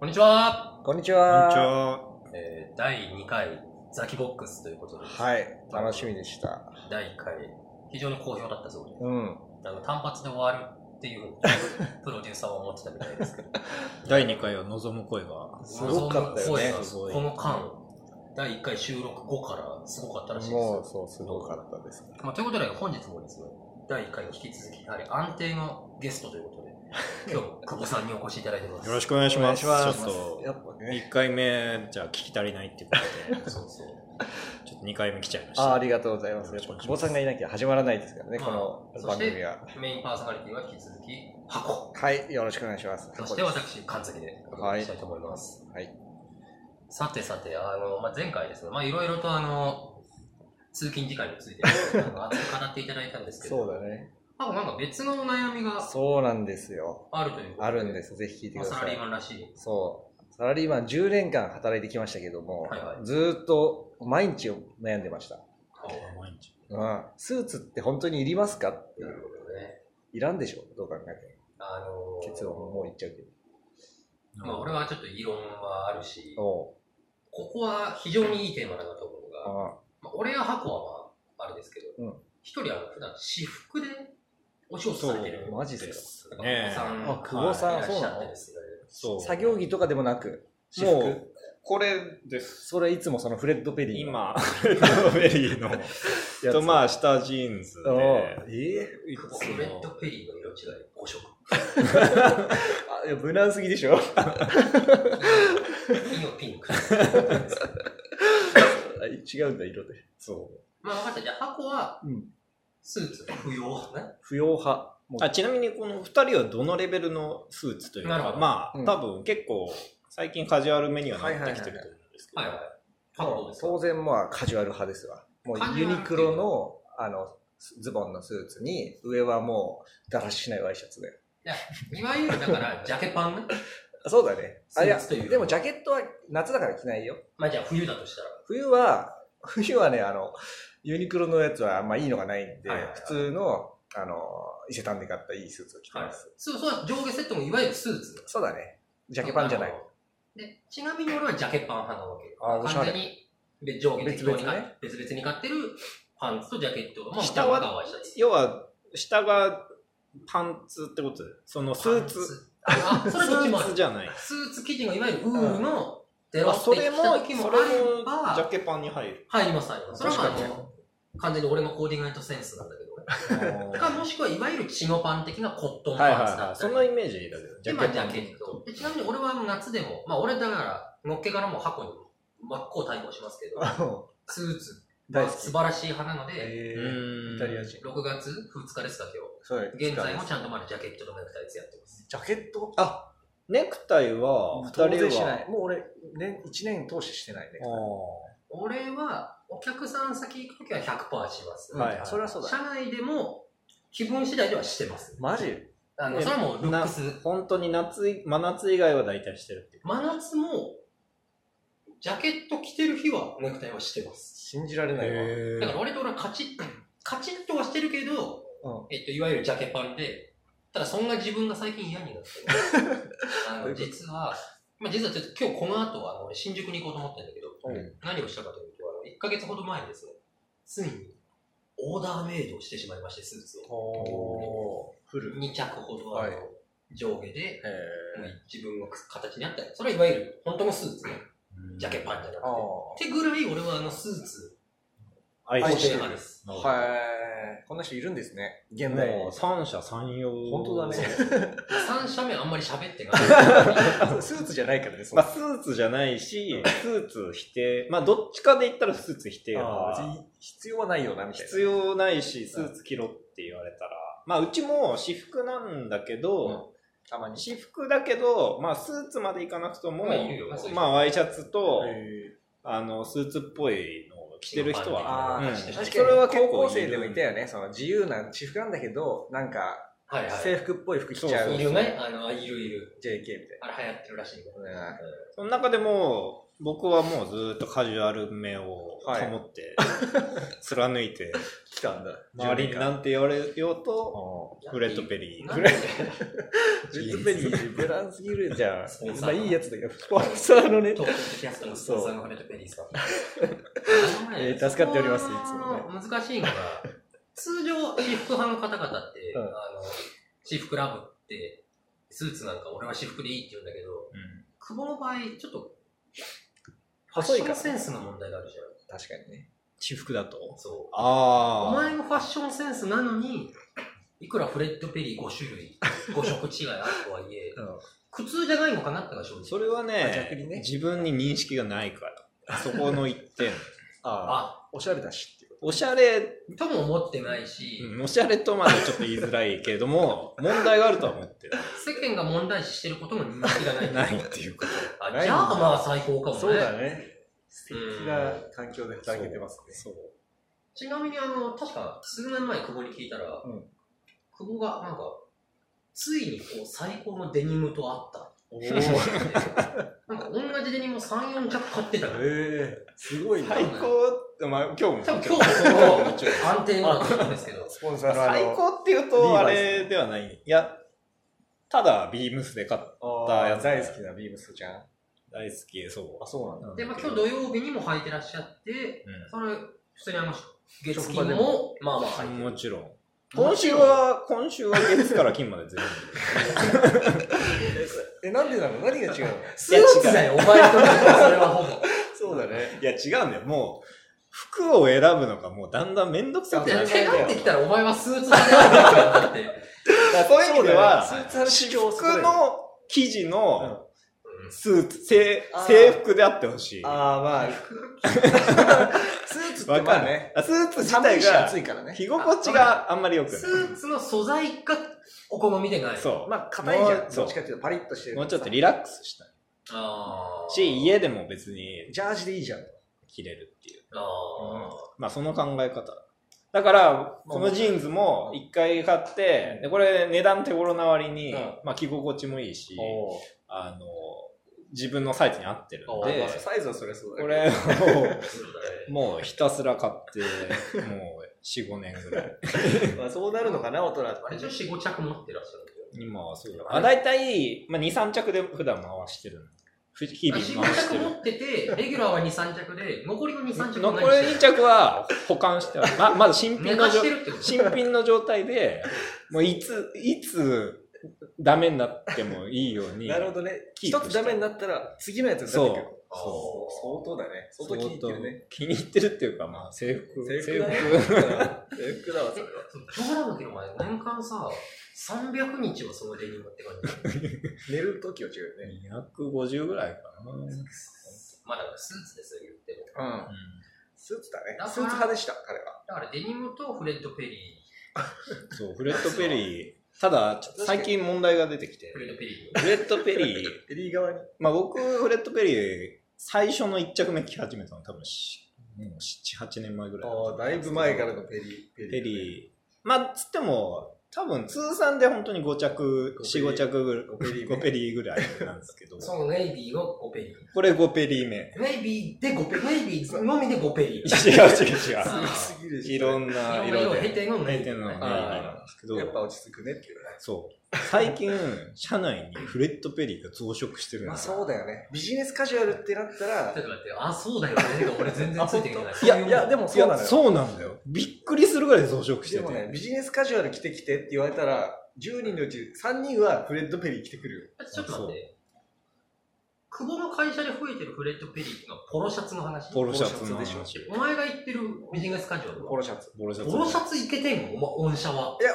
こんにちは、こんにちこんは。にちは。えー第2回ザキボックスということで、はい、楽しみでした。第1回非常に好評だったそうでうん。あの単発で終わるっていうふうにプロデューサーは思ってたみたいですけど第2回を望む声が。すごかったよ望む声ねがすごいこの間第1回収録後からすごかったらしいですもう、そう、すごかったです。まあ、ということで本日もですね第1回に引き続きやはり安定のゲストということで今日も久保さんにお越しいただいてますよろしくお願いします。お願いしますちょやっっぱと、ね。 1回目じゃ聞き足りないっていうこそうそうとで、ちょっと2回目来ちゃいましああた。りがとうございます。やっぱ、久保さんがいなきゃ始まらないですからね、まあこの番組は。メインパーソナリティは引き続き箱はい、よろしくお願いします。そして私、関崎でお願いしたいと思います。はいはいさてさて、あの、まあ、前回ですね、まあ、いろいろとあの、通勤時間につ いて、あの熱く語っていただいたんですけど、そうだね。あとなんか別のお悩みがそうなんですよ。あるということで。。あるんですす。ぜひ聞いてまあ、くだサラさリー。いマンらしい。そう。サラリーマン10年間働いてきましたけども、はいはいずーっと毎日を悩んでました。顔が毎日うん、スーツって本当にいりますかっていなるう。ほどね。いらんでしょどう考えあてのも。結論もう言っちゃうけど。まあ、俺はちょっと異論はあるし、こおうこは非常にいいテーマだなと思うのが、あまあ、俺や箱はまあ、あれですけうどん、一、人あの、普段私服でお仕事されてるあ。マジっすか。久保ねえさんあ久保さんはいいらっしゃそうっなてのですね。そう。作業着とかでもなく、私服もう、これです。それいつもそのフレッド・ペリーの今、レッドベリーの、やつ。とまあ、下ジーンズおうで、えい久保つフレッド・も、ペリーの色違い5色。 ーあいや無難すぎでしょ金をピ ンク。違うんだ、色で。そう。まあ分かった。じゃあ箱はうん。スーツ不要ね。不要派。もうあちなみにこの2人はどのレベルのスーツというなるほかどまあ、うん多分結構最近カジュアルメニューになってきてると思うんですけど、はいはい。箱どうもでうすか当然まあカジュアル派ですわ。もカうジュユアルニクロの、あの、ズボンのスーツに、上はもう、だらしないワイシャツで。いわゆるだから、ジャケパンね。あそうだね。あ、いやスーツというより、もでもジャケットは夏だから着ないよ。まあじゃあ冬だとした冬は、 冬はね、あの、ユニクロのやつはあんまいいのがないんで、はいはいはい普通の、あの、伊勢丹で買ったいいスーツを着てら。はまいす。。そう、そう、上下セットもいわゆるスーツ。そうだね。ジャケパンじゃない。。で、ちなみに俺はジャケパン派なわけ。あおしゃ完れ全にで上下適当に買っ別別々々に買ってるパンツとジャケット。まあ、下は二股合わせたり要は下がパンツってことでそのスーツ。パンツあ、それはどっちもあスーるツ。じゃないスーツ生地がいわゆるウールのデロあってそきれもた時もそあれれもジャば、ケパンに入る入ります、入ります。それはまああ確かにの、完全に俺のコーディネートセンスなんだけどね。か、もしくはいわゆるチノパン的なコットンはいはいパンツだはっいたそり。のイメージだけどで、まあ、ジャケット。でちなみに俺は夏でも、まあ、俺だから、のっけからもう箱に真っ向対抗しますけど、 スーツ、 大まあ好き素。晴らしい派なので、えうーーんイタリア人。 6月2日ですか、そう今日。現在もちゃんとまだジャケットとネクタイツやってます。ジャケットあネクタイは2人当然しはない。もう俺、年、1年通してしてないねあ。俺は、お客さん先行くときは100%します。うんはいはいそれはそうだ。社内でも気分次第ではしてます。マジあのねそれはもうルックス。ー本当に夏い真夏以外は大体してるっていう真夏もジャケット着てる日はネクタイはしてます。信じられないわ。だから割と俺はカチッ、カチッとはしてるけど、うんえっと、いわゆるジャケパンで、ただそんな自分が最近嫌になって、 あどのういうこと実は、まあ、実はちょっと今日この後はあの俺新宿に行こうと思ったんだけど、うん何をしたかというと、あの1ヶ月ほど前にですね、ついにオーダーメイドをしてしまいまして、スーツを。おー。フル。 2着ほどあのはい上下で、え自分の形に合ったそれはいわゆる本当のスーツね、うんジャケパンじゃなくて。あってぐらい俺はあのスーツ、愛愛してしるて派るです。ー。はい。こんな人いるんですね。現代にもう三者三様。本当だね。 3社目あんまり喋 ってない。スーツじゃないからね、そまあ、あスーツじゃないし、スーツ否定。まあ、どっちかで言ったらスーツ否定だあから別に必要はないよな、みたいな。必要ないし、スーツ着ろって言われたら。まあ、うちも私服なんだけど、たまに。私服だけど、まあ、スーツまでいかなくとも、まあいるよまあ、ワイシャツと、へーあの、スーツっぽいのを着てる人は、あうーん確かにそそれれはは高結構校生でもいたよいね。その自由な私服なんだけど、なんか、はいはい。制服っぽい服着ちゃうそういるね。あの、いるいる。 JK みたいあれ流行ってるらしいね。な。うんその中でも、僕はもうずーっとカジュアル目を保って、 貫 いて、来たんだ。周りに10年間なんて言われようと、うフレッドペリいー。やフいいレなんでんレッドペリー、ブランすぎるじゃスポンん。サーまあいいやつだけど、スポンサーのね。東京ポッドキャストのスポンサーのフレッドペリーさん。 えー助かっておりますいつもねそこの難しいのが、通常、私服派の方々って、うんあの、私服ラブって、スーツなんか俺は私服でいいって言うんだけど、久保の場合、ちょっと、ファッ細いシかョらンセンスの問題があるじゃん。確かにね。私服だとそう。おあ前のファッションセンスなのに、いくらフレッドペリー5種類、5色違いあるとはいえ、うん。苦痛じゃないのかなってのが正あ。直。それはまあね逆にね自分に認識がないから。そこの一点。 ああ、あ、おしゃれだしっていうこおしゃれ、とも思ってないし、うんおしゃれとまでちょっと言いづらいけれども、問題があるとは思って世間が問題視してることも認識がない。ないっていうこと。あないじゃあまあ最高かもと。ね。そうだね。素敵敵なな環境で働けてますね。そう。ちなみにあの、確か数年前久保に聞いたら、うん久保がなんか、ついにこう最高のデニムと会った。おって言って なんか同じデニムを3、4着買ってたから。ええすごいね。最高、まあ今日も。多分今日もその 安定のだと思うんですけど。スポンサーのあの最高っていうリーと、あバイスれではない。いや、ただビームスで買った。あー大好きなビームスちゃん。大好き、そうあ、。そうなんだ。で、まあ今日土曜日にも履いてらっしゃって、うんそれ、普通にあの、月職金場でも、まあまあ履いてるもちろん。今週、は、今週は月から金まで全部。え、なんでなの何が 違うのスーツだよ、お前と見たらそれはほぼ。そうだね。いや、違うんだよ。もう、服を選ぶのがもうだんだんめんどくさくなる。手がってきたらお前はスーツだよ、だって。そういう意味では、そうだよねスーツある市場そこだよ服ねの生地のうんスーツ、制あー制服であってほしい。ああ、まあ、スーツってわかまあるね、あスーツ自寒体いしが暑いからね。着心地があんまり良くなスーツの素材がお好みでない。い。そう。まあ、硬いじもゃ。うんそどうっちかっていうとパリッとしてる。もうちょっとリリラックスしたいああ。し、家でも別にジャージでいいじゃん。着れるっていう。ああ。まあその考え方。だから、このジーンズも一回買って、でこれ値段手頃な割に、うんまあ着心地もいいし、おあの、自分のサイズに合ってるんで、で、サイズはそれそうだこれをそうだねもうひたすら買って、もう4、5年ぐらい。まあ、そうなるのかな、大人ってあれ、じゃ4、5着持ってらっしゃるんだよ。今はそうだ。あ、だいたい、まあ2、3着で普段回してるの。ふ日々4、回5して着る持。ってて、レギュラーは2、3着で、残りの2、3着は残何りして2る着は保管してある。ままず新品寝のか状してるってこと新品の状態で、もういつ、いつ、ダメになってもいいように。なるほどね。キー一プしつたダいメになったら、次のやつになってくる。そうそう相当だね。相当気に入ってるね。気に入ってるっていうか、まあ、制服。制服だね。 制服だわ、それは。えそうドラムってお前、年間さ、300日はそのデニムって感じ。寝るときは違うよね。服250ぐらいかな。うん。まあだからスーツですよ、言っても。うん。スーツだねだから。スーツ派でした、彼は。だからデニムとフレッドペリそう、フレッドペリー。ただ、ちょっと最近問題が出てきー、てフ、レッドペリー。フレッドペリー、エリー側に。まあ僕、フレッドペリー、最初の1着目着始めたの多分し、もう7、8年前ぐらいだと思あうあ、んでだいすけぶど前からのペリー。ペペリー。まあ、つっても、多分通算で本当に5着、 5 4、5着ぐらい、 5ペリー5ペリーぐらいなんですけど、 そのネイビーを5ペリー。これ5ペリー目。違ネイビーで5ペリー。ネイビーのみで5ペリー。う違う違あう。ー。すごすぎるいしろんな色経で。てのネイ出ビてるーのね、ね。いいあーですけど、やっぱ落ち着くねっていうね。そう。最近、社内にフレッドペリーが増殖してるんまあですそうよ。だよね。ビジネスカジュアルってなったらちょ、っと待ってよあ、そうだよね。俺全然ついていけない。いや、いや、でもいそうなや、のよ。そうなんだよ。びっくりするぐらい増殖してでもね、て。ビジネスカジュアル着てきてって言われたら、10人のうち3人はフレッドペリー着てくるよ。ちょっと待って。久保の会社で増えてるフレッドペリーっていうのはポロシャツの話。ポロシャツのポロシャツ話。お前が言ってるビジネスカジュアルポは。ロシャツ。ポロシャツポロシャツいけてんのお前、御社は。いや、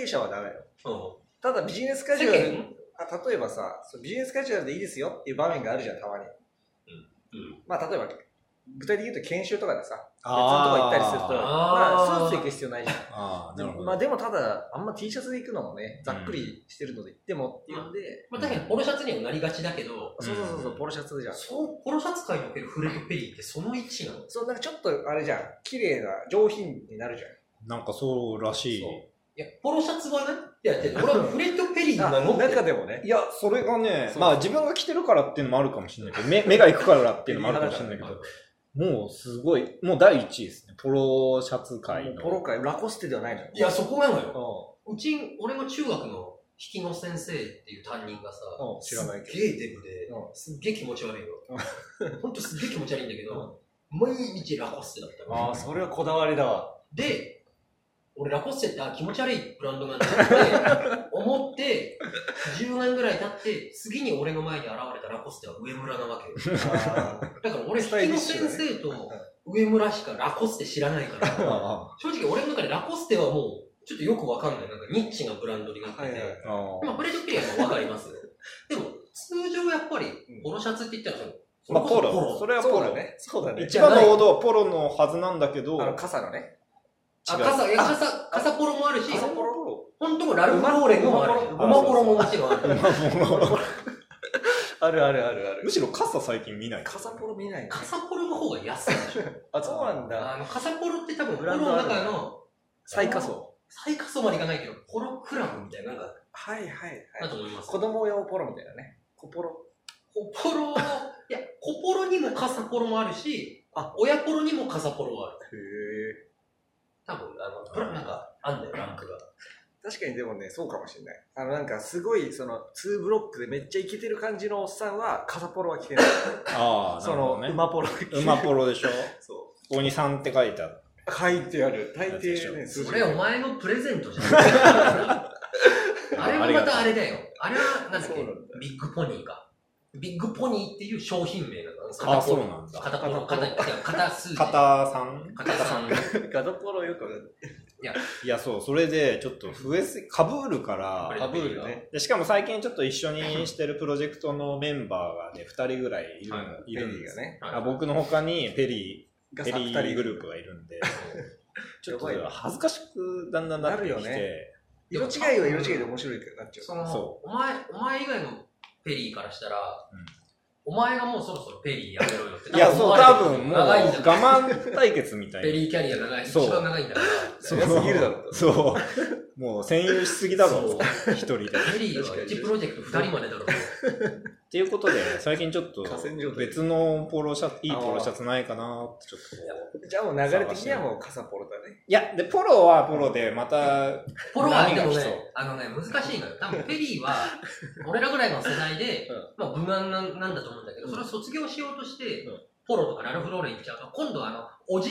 弊社はダメよ。うただビジネスカん。ジ世ュアル、間あ例えばさ、そうビジネスカジュアルでいいですよっていう場面があるじゃん、たまに。うん。まあ例えば、具体的に言うと研修とかでさ、別のとこ行あったりすると、ーまあーあスーツで行く必要ないじゃん。あー、なるほど。まあでもただ、あんま T シャツで行くのもね、ざっくりしてるので行ってもっていうんで、まあ確かにポロシャツにはなりがちだけど、んそうそうそうそうう、ポロシャツじゃん。そう、ポロシャツ界におけるフレッドペリーってその位置なのそう、なんかちょっとあれじゃん、綺麗な、上品になるじゃん。なんかそうらしい。そうや、ポロシャツはね、いや、俺はフレッド・ペリーなの中でもね。いや、それがね、そうまあ自分が着てるからっていうのもあるかもしれないけど、 目目が行くからっていうのもあるかもしれないけど、もうすごい、もう第一位ですね。ポロシャツ界の。ポロ界、ラコステではないのよ。いや、そこなのよ。ううち、俺の中学の引きの先生っていう担任がさ、んうん知らないけすっげえデブで、ど。すっげえ気持ち悪いよ。ほんとすっげえ気持ち悪いんだけど、毎日ラコステだったうんのああ、それはこだわりだわ。で、俺ラコステってあ気持ち悪いブランドなんだって思って、10年ぐらい経って、次に俺の前に現れたラコステは上村なわけよ。あだから俺、引スきタイリッのシュ先だね生と上村しかラコステ知らないかあら、あ正直俺の中でラコステはもう、ちょっとよくわかんない。なんかニッチなブランドになってあて、はいはい。ああまあ、ブレードピリアもわかりますよ。でも、通常やっぱり、ポロシャツって言ったらそまの、あそポれこそロ。それはポそうだロ。ね。そうだね。一番の王道はポロのはずなんだけど、あの、傘のね。あ、違う傘、いや、傘、傘ポロもあるし、傘ポロ本当もラルフローレンもあるし、馬馬ポロポロももちろんある。あるあるあるある む。しろ傘最近見ない。傘ポロ見ないね。傘ポロの方が安いでしょ。あ、そうなんだ。あの、傘ポロって多分、ブポラロンドのある中の最下層。最下層までいかないけど、ポロクラブみたいな、なんか、はいはいだはい。と思います。子供用ポロみたいなね。コポロ。コポロ、いや、コポロにも傘ポロもあるし、あ、親ポロにも傘ポロはある。へえ。多分、あの、ブラなんか、あんだよ、ランクが。確かにでもね、そうかもしれない。あの、なんかすごい、その、ツーブロックでめっちゃイケてる感じのおっさんは、傘ポロは着てない。ああ、そなるほのど、ね。馬ポロが着てる馬ポロでしょそここに3って書いてある。う。書いてある。大抵ね、そがれお前のプレゼントじゃん。あれもまたあれだよ。あれは、なんだっけそうなんだビッグポニーか。ビッグポニーっていう商品名なの。あそうなんだ片方、片、いや片数字。片さん片さん。ガドポロよくわかんないいや、そう、それで、ちょっと増えすぎ、かぶるから、カブールね。でしかも最近ちょっと一緒にしてるプロジェクトのメンバーがね、2人ぐらいいる,、はいい、るんでペリーすがねあ僕の他にペリー、がペさリ二ー人グループがい るんで、ちょっとやばい恥ずかしくだんだんなってきて、なるよね色違いは色違いで面白いけどなっちゃうそのそお前、お前以外のペリーからしたら、んお前がもうそろそろペリーやめろよって。いや、そう、多分もう、長い我んだから慢対決みたペいな。リーキャリア長い。一そう番長いんだから。そう長すぎるだろそう。もう、占有しすぎだろ、一人で。っペリーは1プロジェクト2人までだろう。ていうことで、最近ちょっと河川状、態別のポロシャツ、いいポロシャツないかなって、ちょっとこう。じゃあもう流れ的にはもう傘ポロだね。いや、で、ポロはポロで、また、フォロワーでも何が来そうね、あのね、難しいのよ。多分、ペリーは、俺らぐらいの世代で、まあ、無難なんなんだと思うんだけど、それを卒業しようとして、うんポロとかラルフローレン行っちゃうと、今度はあの、おじ、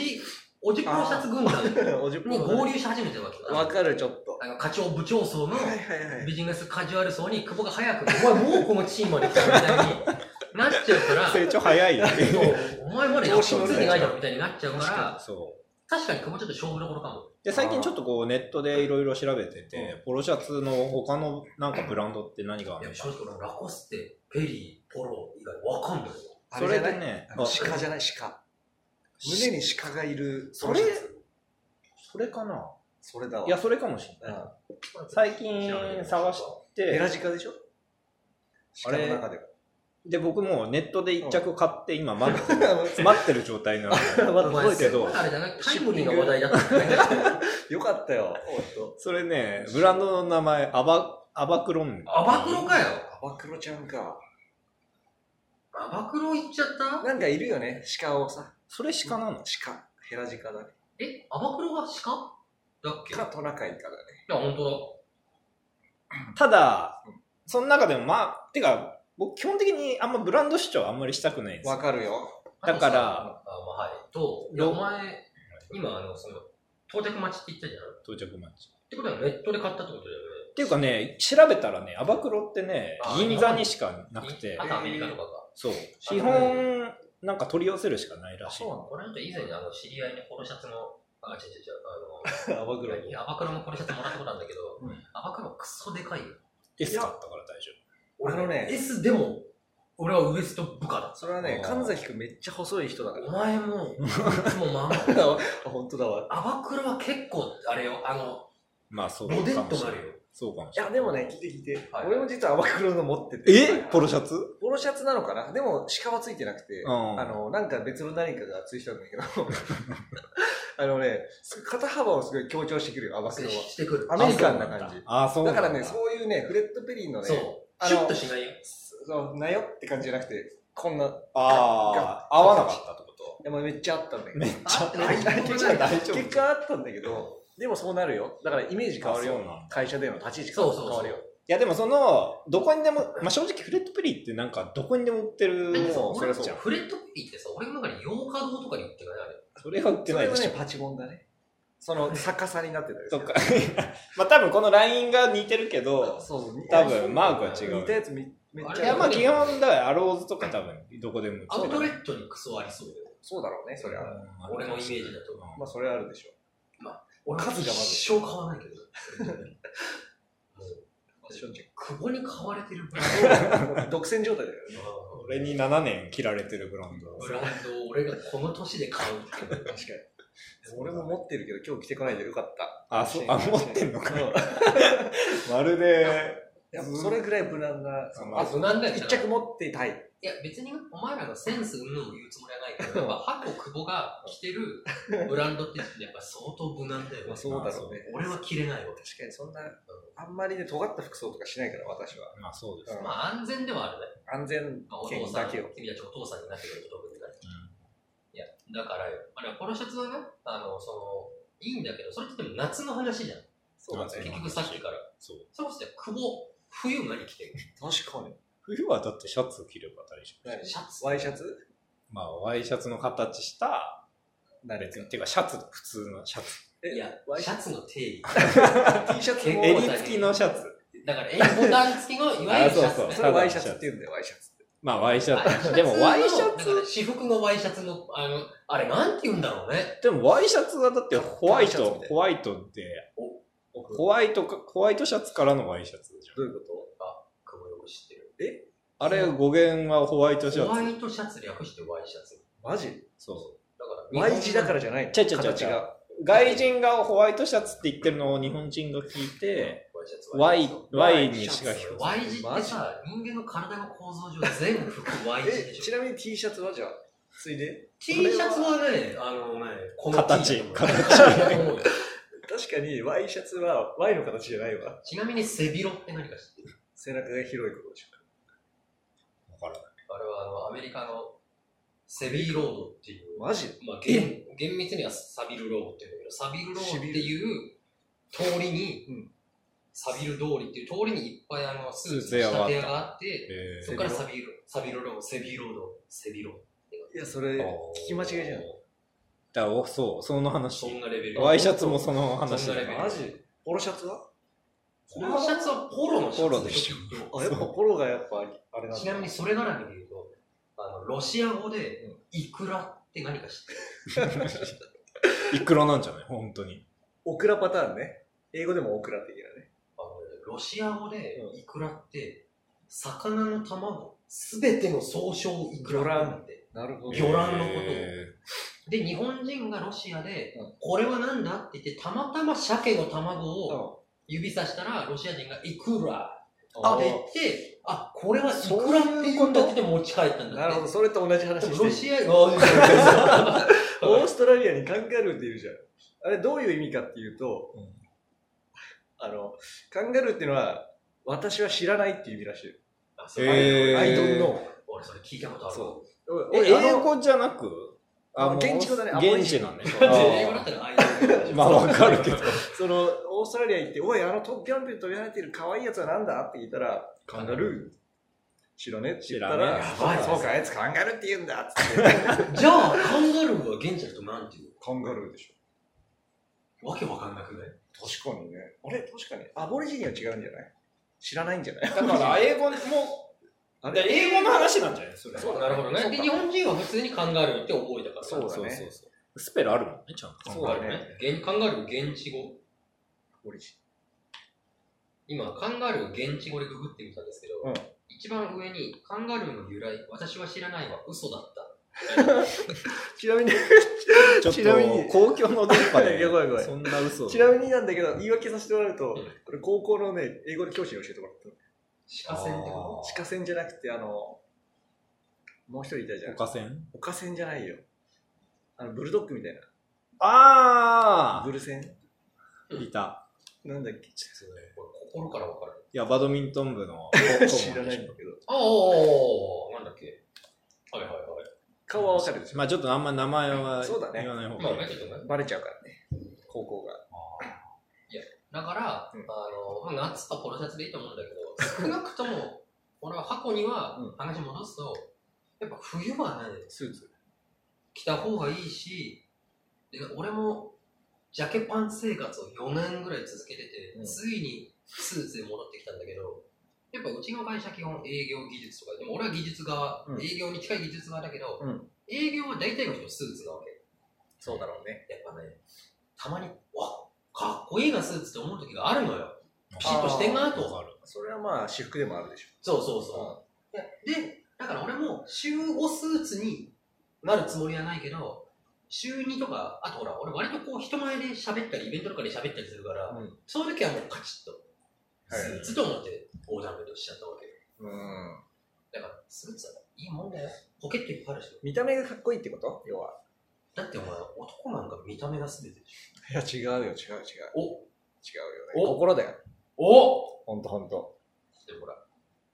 おじプロシャツ軍団に おじポ合ロ。流し始めてるわけわかる、ちょっと。あの、課長部長層のはいはいはい。ビジネスカジュアル層に、久保が早く、お前もうこのチームまで来たみたいになっちゃうから、 成長早い。 そうお前までやっとついてないだろみたいになっちゃうか確ら、そう。確かに久保ちょっと勝負どころかも。で、最近ちょっとこう、ネットでいろいろ調べてて、ポロシャツの他のなんかブランドって何があいるのや、正直俺、ラコステ、ペリー、ポロ以外わかんないよ。あそじれゃなでいね、ああの鹿じゃない鹿。胸に鹿がいる。それポロシャツそれかなそれだわ。いや、それかもしれない。うん、最近探してエ、ラジカでしょあ鹿れの中でも。で、僕もうネットで一着買って、今 待って、ま待ってる状態なの。だお前届いてけるどあれだね、タイムリーな話題だったね。よかったよ。ほんとそれね、ブランドの名前、アバ、アバクロン。アバクロかよ。アバクロちゃんか。アバクロ行っちゃったなんかいるよね、鹿をさ。それ鹿なの鹿。ヘラジカだね。え、アバクロが鹿だっけいか、トナカイかだね。や、本当ただ、その中でもまあ、てか、僕基本的にあんまブランド主張あんまりしたくないんですよわかるよ。だ。だからあとさあまあ、はい。と、いや、どお前、今、あの、その、到着待ちって言ったじゃん。っ到着マッチ。てことはネットで買ったってことだよっていうかね、調べたらね、アバクロってねあ、銀座にしかなね。くてあ、とアメリカとかが。そう。基本、なんか取り寄せるしかないらしい。うなのこれなんか以前、あの、知り合いにポロシャツの、あ、違う違う違う、あアバの、クロ。 アバクロのポロシャツもらったことあるんだけどうん、アバクロクソでかいよ。 S 買ったから大丈あのね S でも、俺はウエスト部下だ。それはね、あー神崎くんめっちゃ細い人だからお。前も、いつもまあまあ。あ本当だわ。 アバクロは結構、あれよ、あの、夫。まあそうかロもしデれなットなるよい。。そうかもしいれや、でもね、聞いて聞いて。はい俺も実はアバクロの持ってて。ない。えポロシャツポロシャツなのかなでも、鹿はついてなくて、うん あの、なんか別の何かがついてたんだけど、あのね、す肩幅をすごい強調してくるよ、アバスロは。してくる。アメリカンな感じ。あ、そうなだんかだ。らね、そういうね、フレッド・ペリーのね、そう。あシのュッとしないよ。そのなよって感じじゃなくて、こんな、いああ、合わなかったってことやもうめっちゃあったんだけどめっ。ちゃあ大丈夫じゃ大丈夫。結果あったんだけど、でもそうなるよ。だからイメージ変わるあよそうなん。だ会社での立ち位置そうそうそう変わるよ。いやでもその、どこにでも、まあ、正直フレットペリーってなんかどこにでも売ってるだってさ、もう俺それさはそフレットピーってさ、俺の中に洋華堂とかに売ってないあれ。それは売ってそなれいではしょね、。パチモンだね。その逆さになってたりすそるっか。 まあ多分このラインが似てるけど、そうそう。多分マークは違う似たやつみめっあちれいゃやまあある基本だからアローズとか多分どこでも売ってアウるトレットにクソありそうだよ。そうだろうね、それは。うん俺のイメージだとまあ、それはある でしょ俺数がまず一生買わないけど。う。しょっちゅ久保に買われてるブラう独占状態だよね。ンド。俺に7年切られてるブランド。ブランドを俺がこの年で買うっていう。確かに。俺も持ってるけど、今日着てこないでよかった。あ、そう、あ、持ってんのかうん。ま るで、やっぱそれぐらい無難な、そのまあ無難だよ一着持っていたい。いや、別にお前らのセンスうんぬんを言うつもりはないけど、やっぱ、ハコ久保が着てるブランドって、やっぱ相当無難だよねまあ、。そうだろうね。俺は着れないわ。確かにそんな、あんまりね、尖った服装とかしないから、私は。まあそうです。まあ、安全ではあるね。安全まあ、お父圏さん、だけを。君たちお父さんになってくれると特にね。いや、だからよ。まあ、でもこのシャツはね、あの、その、いいんだけど、それってでも夏の話じゃん。そうだ安ね全。結局さっきから。そう。それこそね久保、冬何着てる確かに。冬はだってシャツを着れば大丈夫。何シャツ。ワイシャツまあワイシャツの形した、何別に、ていうかシャツ、普通のシャツ。いや、ワイシシャャツの定義。ツ ?T シャツえも、襟付きのシャツ。だから、え、ボタン付きの、いわゆるシャツね。あそれワイシャツって言うんだよ、ワイシャツって。まあワイシャツ。でもワイシャだからツ、私服のワイシャツの、あの、あれ、なんて言うんだろうね。でもワイシャツはだってホワイシャツみトたい、なホワイトで、僕ホワイトか、ホワイトシャツからのワイシャツじゃん。どういうこ久保よく知ってる。あれ語源はホワイトシホワャツ。イトシャツ略してワイシャツ。とマジそだから、。ワイ字だかららじゃないのちゃいちゃいちゃい形が。う。外人がホワイトシャツって言ってるのを日本人が聞いて、ワイシャツワイ、ワイにしシかャ聞ツこワイ字ってさ、人間の体の構造上全部服ワイ字え、でちしょ。なみに T シャツはじゃあ、ついで T シャツはね、あのね、この形 T だと思うよ確かにワイシャツはワイの形じゃないわ。ちなみに背広って何か知ってる背中が広いことでしょ。える。わからない。あれはあの、アメリカのセビーロードっていう、まマジあ、厳厳密にはサビルロードっていうんだけど、サビルロードっていう通りに、うんサビル通りっていう通りにいっぱいあの、スースーツツの屋仕があ立て屋ったがあって、えそこからサビル、サビルロード、セビロード、セビロード。いや、それ、聞き間違いじゃん。だからおそう、そのそん話。なレベル。ワイシャツもその話そんなレベルマジポロシャツはこのシャツはポロのシャツしょあ、やっぱポロがやっぱあれなんだ。ちなみにそれ絡みで言うと、あのロシア語で、イクラって何か知ってる いくらなんじゃない本当に。オクラパターンね。英語でもオクラって言うよね。あのねロシア語でうイクラって、魚の卵、すべての総称をイクラって言うんで。なるほ魚卵のことをえで、日本人がロシアでうん、これは何だって言って、たまたま鮭の卵うをん指さしたら、ロシア人がイクラああで行って、あ、これはイクラっていうんだって持ち帰ったんだって。なるほど、それと同じで話しもてロる。シア、あ オーストラリアにカンガルーっているじゃん。あれ、どういう意味かっていうと、うんあの、カンガルーっていうのは、私は知らないっていう意味らしい。そへうー I don't know。俺それ聞いたことある。そう。え俺あ英の語じゃなくあもう現地語だねあ現地なんね。現地だって英語だったらああいうまあわかるけど。その、オーストラリア行って、おい、あの、とぴょんぴょん飛び跳ねてる可愛いやつはなんだって聞いたら、カンガルー。知らねって言ったら、知らねえそうか、あいつカンガルーって言うんだっつって。じゃあ、カンガルーは現地の人なんていうカンガルーでしのわけわかんなくないょ。確かにね。あれ、確かに。アボリジニは違うんじゃない知らないんじゃないだから英語も、あだから英語の話なんじゃないそれ。そうなるほどね。で、日本人は普通にカンガルーって覚えたから。そうだねそうそうそう。スペルあるもんね、ちゃんと。そうだね現カンガルー現地語。アボリジ今、カンガルー現地語でググってみたんですけど、うん一番上に、カンガルーの由来、私は知らないは嘘だった。ニちなみに、ちょっちなみにと、公共の電波い やごめんごめで、んそんな嘘。ちなみになんだけど、言い訳させてもらうとうん、これ高校のね、英語の教師に教えてもらったの。鹿線ってこ地下線じゃなくて、あの、もう一人いたじゃん。岡線岡線じゃないよ。あの、ブルドッグみたいな。あブルセンあいた。なんだっけ心から分かる。いや、バドミントン部の 知らないんだけど。ああ、なんだっけ。はいはいはい。顔はわかるでしょまあちょっとあんま名前はそうだね言わない方まがあいだい。、けどね。バレちゃうからね。高校が。だから、うんあの、まあ、夏とポロシャツでいいと思うんだけど、少なくとも、俺は箱にはうん話戻すと、やっぱ冬はね、スーツ。着た方がいいし、で俺も、ジャケパン生活を4年ぐらい続けてて、うんついにスーツで戻ってきたんだけど、やっぱうちの会社基本営業技術とか、でも俺は技術側、うん営業に近い技術側だけど、うん営業は大体の人スーツなわけ。そうだろうね。やっぱね、たまに、わかっこいいなスーツって思う時があるのよ。ピシッとしてんなと。わかそれはまあ、私服でもあるでしそうそうょそ。う。で、だから俺も週5スーツになるつもりはないけど、週2とか、あとほら、俺割とこう人前で喋ったり、イベントとかで喋ったりするから、うんそういう時はもうカチッと、はいスーツと思ってオーダーメイドしちゃったわけ。うん。だから、スーツはいいもんだよ。ポケットいっぱいあるし。見た目がかっこいいってこと要は。だってお前、男なんか見た目が全てでしいや、違うよ、違う、違ょ。う。違うお心だよ。おおほんとほんと。でもほら、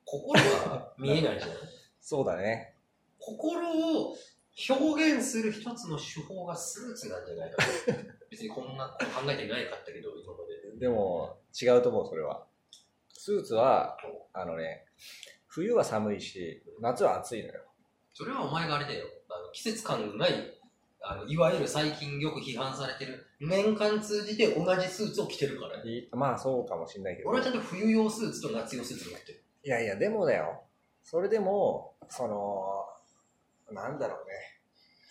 心が見えないじゃん。そうだね。心を表現する一つの手法がスーツなんじゃないかと別にこんなこと考えていないかったけど今まででも、違うと思う、それは。スーツは、あのね、冬は寒いし、夏は暑いのよ。それはお前があれだよあの季節感のないあのいわゆる最近よく批判されてる年間通じて同じスーツを着てるからねいまあ、そうかもしんないけど。俺はちゃんと冬用スーツと夏用スーツ持ってるいやいや、でもだよ。それでも、その、なんだろうね。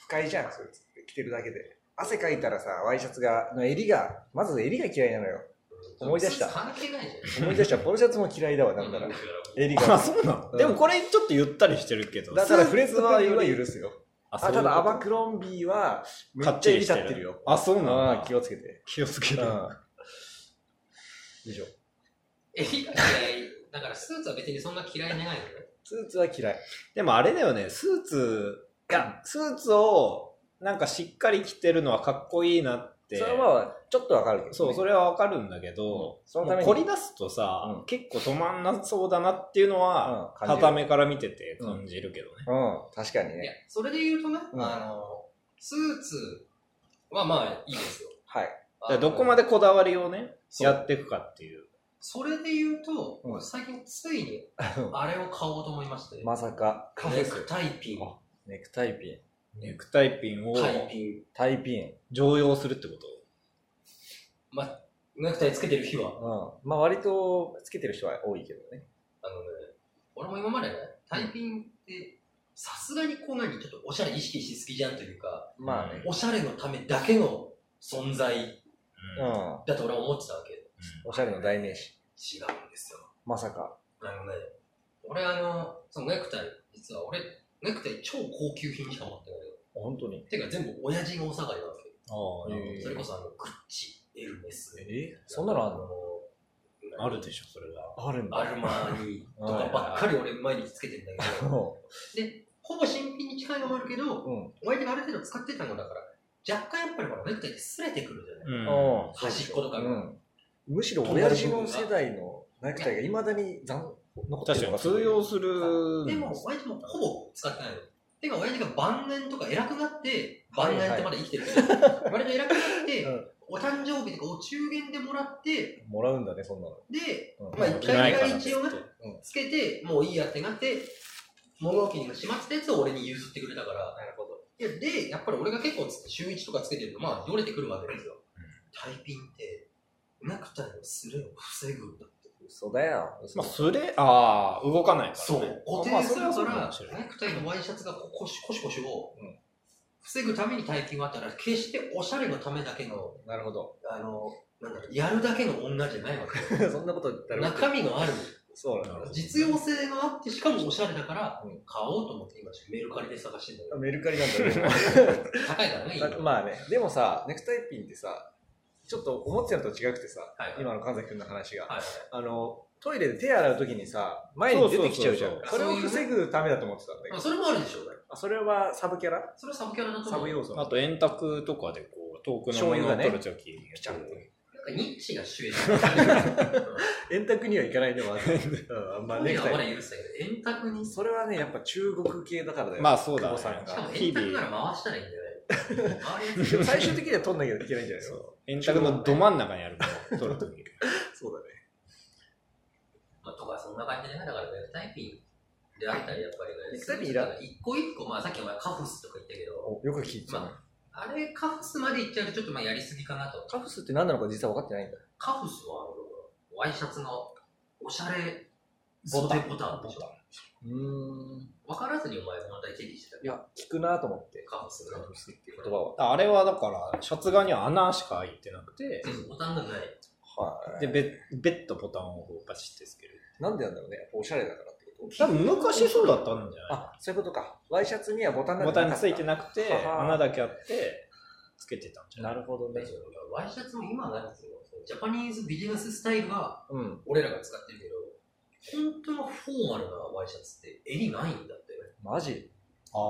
不快じゃん、それ着てるだけで。汗かいたらさ、ワイシャツが、の襟が、まず襟が嫌いなのよ。思い出したスーツ関係ないじ思い出した、ポロシャツも嫌いだわ、なんなゃんらだ。襟るあ、が。そうなの、うんでもこれちょっとゆったりしてるけど。だから、フレーズは許すよ。ああ、ただ、アバクロンビーは、めっちゃ襟立ってるよ。あ、そうなのああ、気をつけて。気をつけうて。ん。以上。えいやいやだからスーツは別にそんな嫌いじゃないのよスーツは嫌い。でもあれだよね、スーツ、いや、スーツをなんかしっかり着てるのはかっこいいなって。それはまあ、ちょっとわかるけどね。そう、それはわかるんだけど、そのためにもう凝り出すとさ、うん結構止まんなそうだなっていうのは、うん感じる畳から見てて感じるけどね。うん、確かにいやね。それで言うとね、うんあのスーツはまあいいですよはい。だからどこまでこだわりをね、そうやっていくかっていう。それで言うと、うん俺最近ついにあれを買おうと思いまして、 まさか、カフェネクタイピン、ネクタイピン。ネクタイピンをタイピン、タイピン。常用するってことまあ、ネクタイつけてる日は、うん。まあ割とつけてる人は多いけどね。あのね、俺も今までね、タイピンって、さすがにこう何、ちょっとおしゃれ意識しすぎじゃんというか、まあね。おしゃれのためだけの存在ううんん。だと俺は思ってたわけ。おしゃれの代名詞。違うんですよ。まさか。あのね、俺あの、そのネクタイ、実は俺、ネクタイ超高級品しか持ってないよ。本当に。てか全部親父がお下がりなんですよ。ああ、なるえーそれこそあの、グッチ、エルメス、えそんなのあんのほどあるでしょ、それは。あるんアルマーニとかばっかり俺毎日つけてんだけ ど、そほぼ新品に近いのもあるけど、う。うん。お相手がある程度使ってたのだから、若干やっぱりほら、ネクタイって擦れてくるじゃない、うんうん端っことかうが、ん。むしろ親父の世代のネクタイがいまだに残残って確るのかにが通用する。でも、親父もほぼ使ってないの。てか、親父が晩年とか偉くなって、晩年ってまだ生きてるけど、割と偉くなって、 うんお誕生日とかお中元でもらって、もらうんだね、そんなの。で、うんまあ一回が一応ね、うんつけて、もういいやってなって、物置にしまってたやつを俺に譲ってくれたから、なるほど。いやで、やっぱり俺が結構つ週1とかつけてると、まあ、よれてくるわけですよ。タイピンって、ネクタイのスレを防ぐんだって。嘘だよ。嘘まあ、すれ、ああ、動かないから、ね。固まあ定するかそれはそうら、もしれなネいクタイのワイシャツがこうコシコシコシをうん防ぐためにタイピンがあったら、決しておしゃれのためだけの、なるほど。あの、なんだろう、やるだけの女じゃないわけ。 そんなこと言ったら。中身のある、そうなんだ。実用性があって、しかもおしゃれだからうん、買おうと思って今、メルカリで探してんだけどメルカリなんだね。高いからね、だまあね、でもさ、ネクタイピンってさ、ちょっと思ってたのと違くてさ、はいはい今の神崎君の話が、はいはいあの、トイレで手洗うときにさ、前に出てきちゃうじゃんそう。そそそうれうそうを防ぐためだと思ってたんだけまあ、ど。それもあるでしょうね。あそれはサブキャラそれはサブキャラだとサ思ブう。要素あと、円卓とかでこう、遠くのも醤の油をがね取るとき、ちゃんとなんかニッチが主演だね円卓には行かないでもある。うん、あんま まあ、ネネククタイはまタイ。だ許せたけど、円卓に、しそれはね、やっぱ中国系だからだよ。まあそうだ久保ねさんかもが。円卓なら回したらいいんだよ ね。回るでやつも最終的には取んなきゃいけないんじゃないの円卓のど真ん中にあるから、取るとき。そうだね。まあ、とか、そんな感じでね、だからネクタイピンであったり、やっぱりね、ネクタイピンいらない。一個一個、まあ、さっきお前カフスとか言ったけど、およく聞いてたね。あれ、カフスまで行っちゃうと、ちょっとまあ、やりすぎかなと。カフスって何なのか実は分かってないんだ。カフスは、あのワイシャツの、おしゃれ、ボタン袖ボタンでしょ。うーん。分からずにお前、問題定義してたいや、聞くなと思って。カフスが。カフスっていう 言葉は。あれはだから、シャツ側には穴しか開いてなくて、そうそうボタンがない。はい。で、ベッ、ベッドボタンをこうバチってつける。なんでなんだろうね。やっぱおしゃれだからってこと 多分昔そうだったんじゃあ、そういうことか。ワイシャツにはボタンないなんボかなかタンったついてなくて、はは穴だけあって、つけてたんじゃないなるほどね。ワイシャツも今はなんですよ。ジャパニーズビジネススタイルはうん。俺らが使ってるけど、本当のフォーマルなワイシャツって襟ないんだってね。マジああ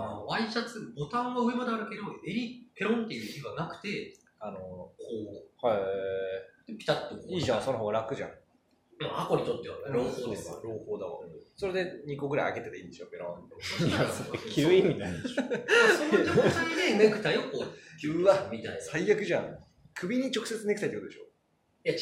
のワイシャツ、ボタンは上まであるけど、襟ペロンっていう襟はなくて、あの、こはう、ピタッとこう。い。いいじゃん、その方が楽じゃん。でもアコにとってはね、朗報 ですよ。朗報だわ。それで2個ぐらい開けてていいんでしょ、ペロンと。そあ。いしたらや、そそれの着る意味ないでしょ。状態でネクタイをこう、キュッみたいな。い最悪じゃん。首に直接ネクタイってことでしょ。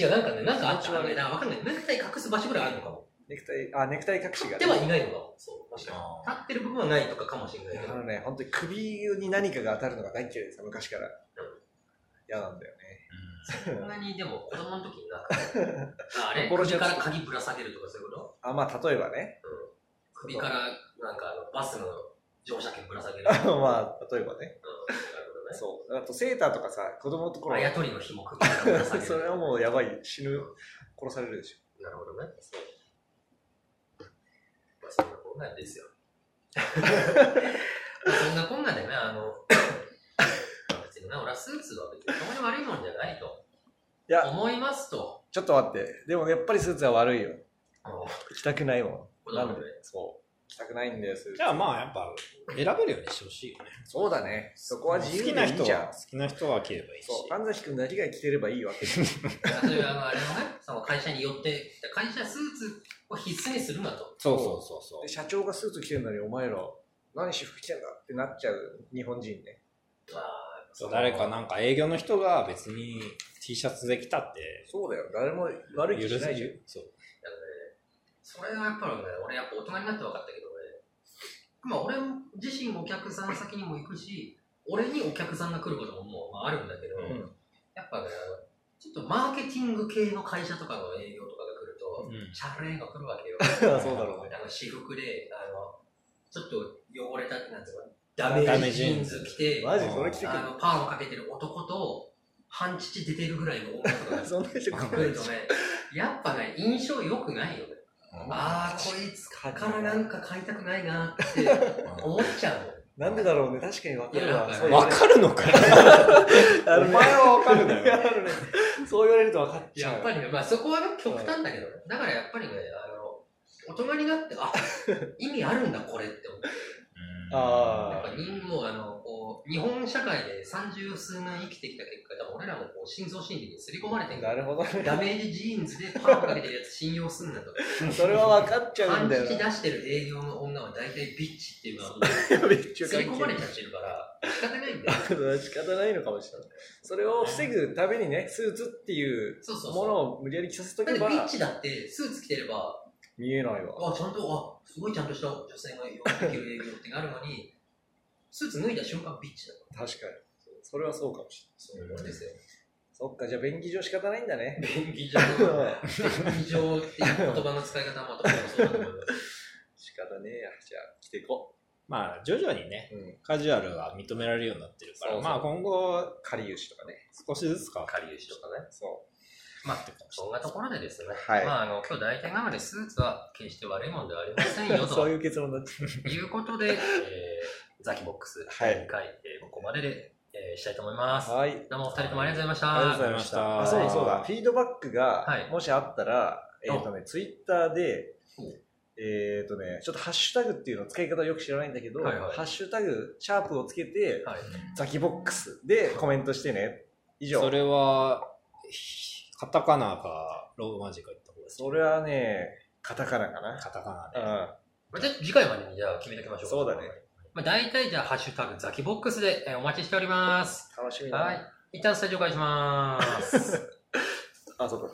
や違う、なんかね、なんかあっ気た持ちら悪ね、いなんかわかんない。ネクタイ隠す場所ぐらいあるのかも。ネクタイ、あ、ネクタイ隠し立がっね、てはいないのかも。そう、確かに。あ立ってる部分はないとかかもしれないけあど。のね、本当に首に何かが当たるのが大嫌いでさ、昔から。嫌なんだよね。そんなにでも子供の時になくて あれ心首ちゃかつら鍵ぶら下げるとかそういうことあ、まあ、例えばね。 首からなんかあのバスの乗車券ぶら下げる まあ、あ、例えばね。なるそう。あと、セーターとかさ、子供のとほこどねろあやとりの紐首からぶら下げるそれはもうやばい。死ぬ。殺されるでしょ。なるほどねそうまあそんなこんなん ですよまあそんなこんなんでねあの まあ別にね俺はスーツは別にそんなに悪いもんじゃないといや思いますとちょっと待って。でもやっぱりスーツは悪いよ。あの着たくないもこん。だなわのりでね、そう。着たくないんです。じゃあまあ、やっぱ、選べるようにしてほしいよね。そうだね。そこは好自由きでないい人じゃんは、。好きな人は着ればいいし。そう。神崎君だけが着てればいいわけ。例えばあのあれのね、その会社によって、会社スーツを必須にするなと。そうそうそうそでう。社長がスーツ着てるのに、お前ら、何私服着てんだってなっちゃう日本人ね。まあ、そう誰かなんか営業の人が別に T シャツで来たってそうだよ。誰も悪い気しないじゃん。許せそうあのねそれはやっぱりね、俺やっぱ大人になって分かったけどね、まあ俺自身お客さん先にも行くし、俺にお客さんが来ることももうまああるんだけど、うんやっぱね、あのちょっとマーケティング系の会社とかの営業とかが来ると、うんチャレンが来るわけよ。そうだろうね。あの私服で、あの、ちょっと汚れたってなんていうのダメダーメジジーージンズ着て、マジそれ着てくあの、パンをかけてる男と、半乳出てるぐらいの女とかる。そんな人来がな来いるとね、やっぱね、印象良くないよね。ああ、こいつからなんか買いたくないなって思っちゃうなんでだろうね。確かに分かるいわ。やそうわかるのかなあるねお前はわかるだよあるねそう言われると分かっの。ちゃう。 やっぱりね、まあそこはね極端だけどね。だからやっぱりね、あの、大人になって、あ、意味あるんだこれって思って。あーやっぱ人もあのこう日本社会で三十数年生きてきた結果、多分俺らもこう深層心理に刷り込まれてるなるほどね。ダメージジーンズでパンをかけてるやつ信用すんなと。それは分かっちゃう半んだよ日出な。してる営業の女は大体ビッチっていうのは、めっちゃ刷り関込ま係れちゃってるから、仕方ないんだよ。仕方ないのかもしれない。それを防ぐためにね、スーツっていうそうそうもそのを無理やり着させとう。だっけてビばッチだってスーツ着てれば、見えないわ。あ、ちゃんと、あ、すごいちゃんとした女性がよくできる営業ってなるのに、スーツ脱いだ瞬間ビッチだから。確かに。それはそうかもしそうれない。いうもんですよ。そっか、じゃあ便宜上仕方ないんだね。便宜上、便宜上っていう言葉の使い方はまた僕もそうだと思います。仕方ねえや。じゃあ着ていこまあ徐々にねう。うん。カジュアルは認められるようになってるからそうそうまあ今後狩り牛とかね。少しずつか仮牛とかね。そう。まあ、そんなところでですね。はいまあ、あの、今日大体なので、スーツは決して悪いもんではありませんよそうという結論だっいうことで、えー、ザキボックスはい第2回、えーここまでで、えーしたいと思いますた。。はい。どうもお二人ともありがとうございました。ありがとうございました。あ、そうだそうだ。フィードバックがはい、もしあったら、えっ、とね、ツイッターでほう、えっ、とね、ちょっとハッシュタグっていうの使い方をよく知らないんだけど、はいはいハッシュタグ、シャープをつけて、はいザキボックスでコメントしてね。以上。それは、ひカタカナか、ローマ字か言った方がいいですかそれはね、カタカナかカタカナで。な。まあ、じゃあ次回までにじゃあ決めておきましょう。そうだね。まあ、大体じゃあ、ハッシュタグザキボックスでえーお待ちしております。うん。楽しみだな。はい。一旦スタジオ返します。あ、そうか。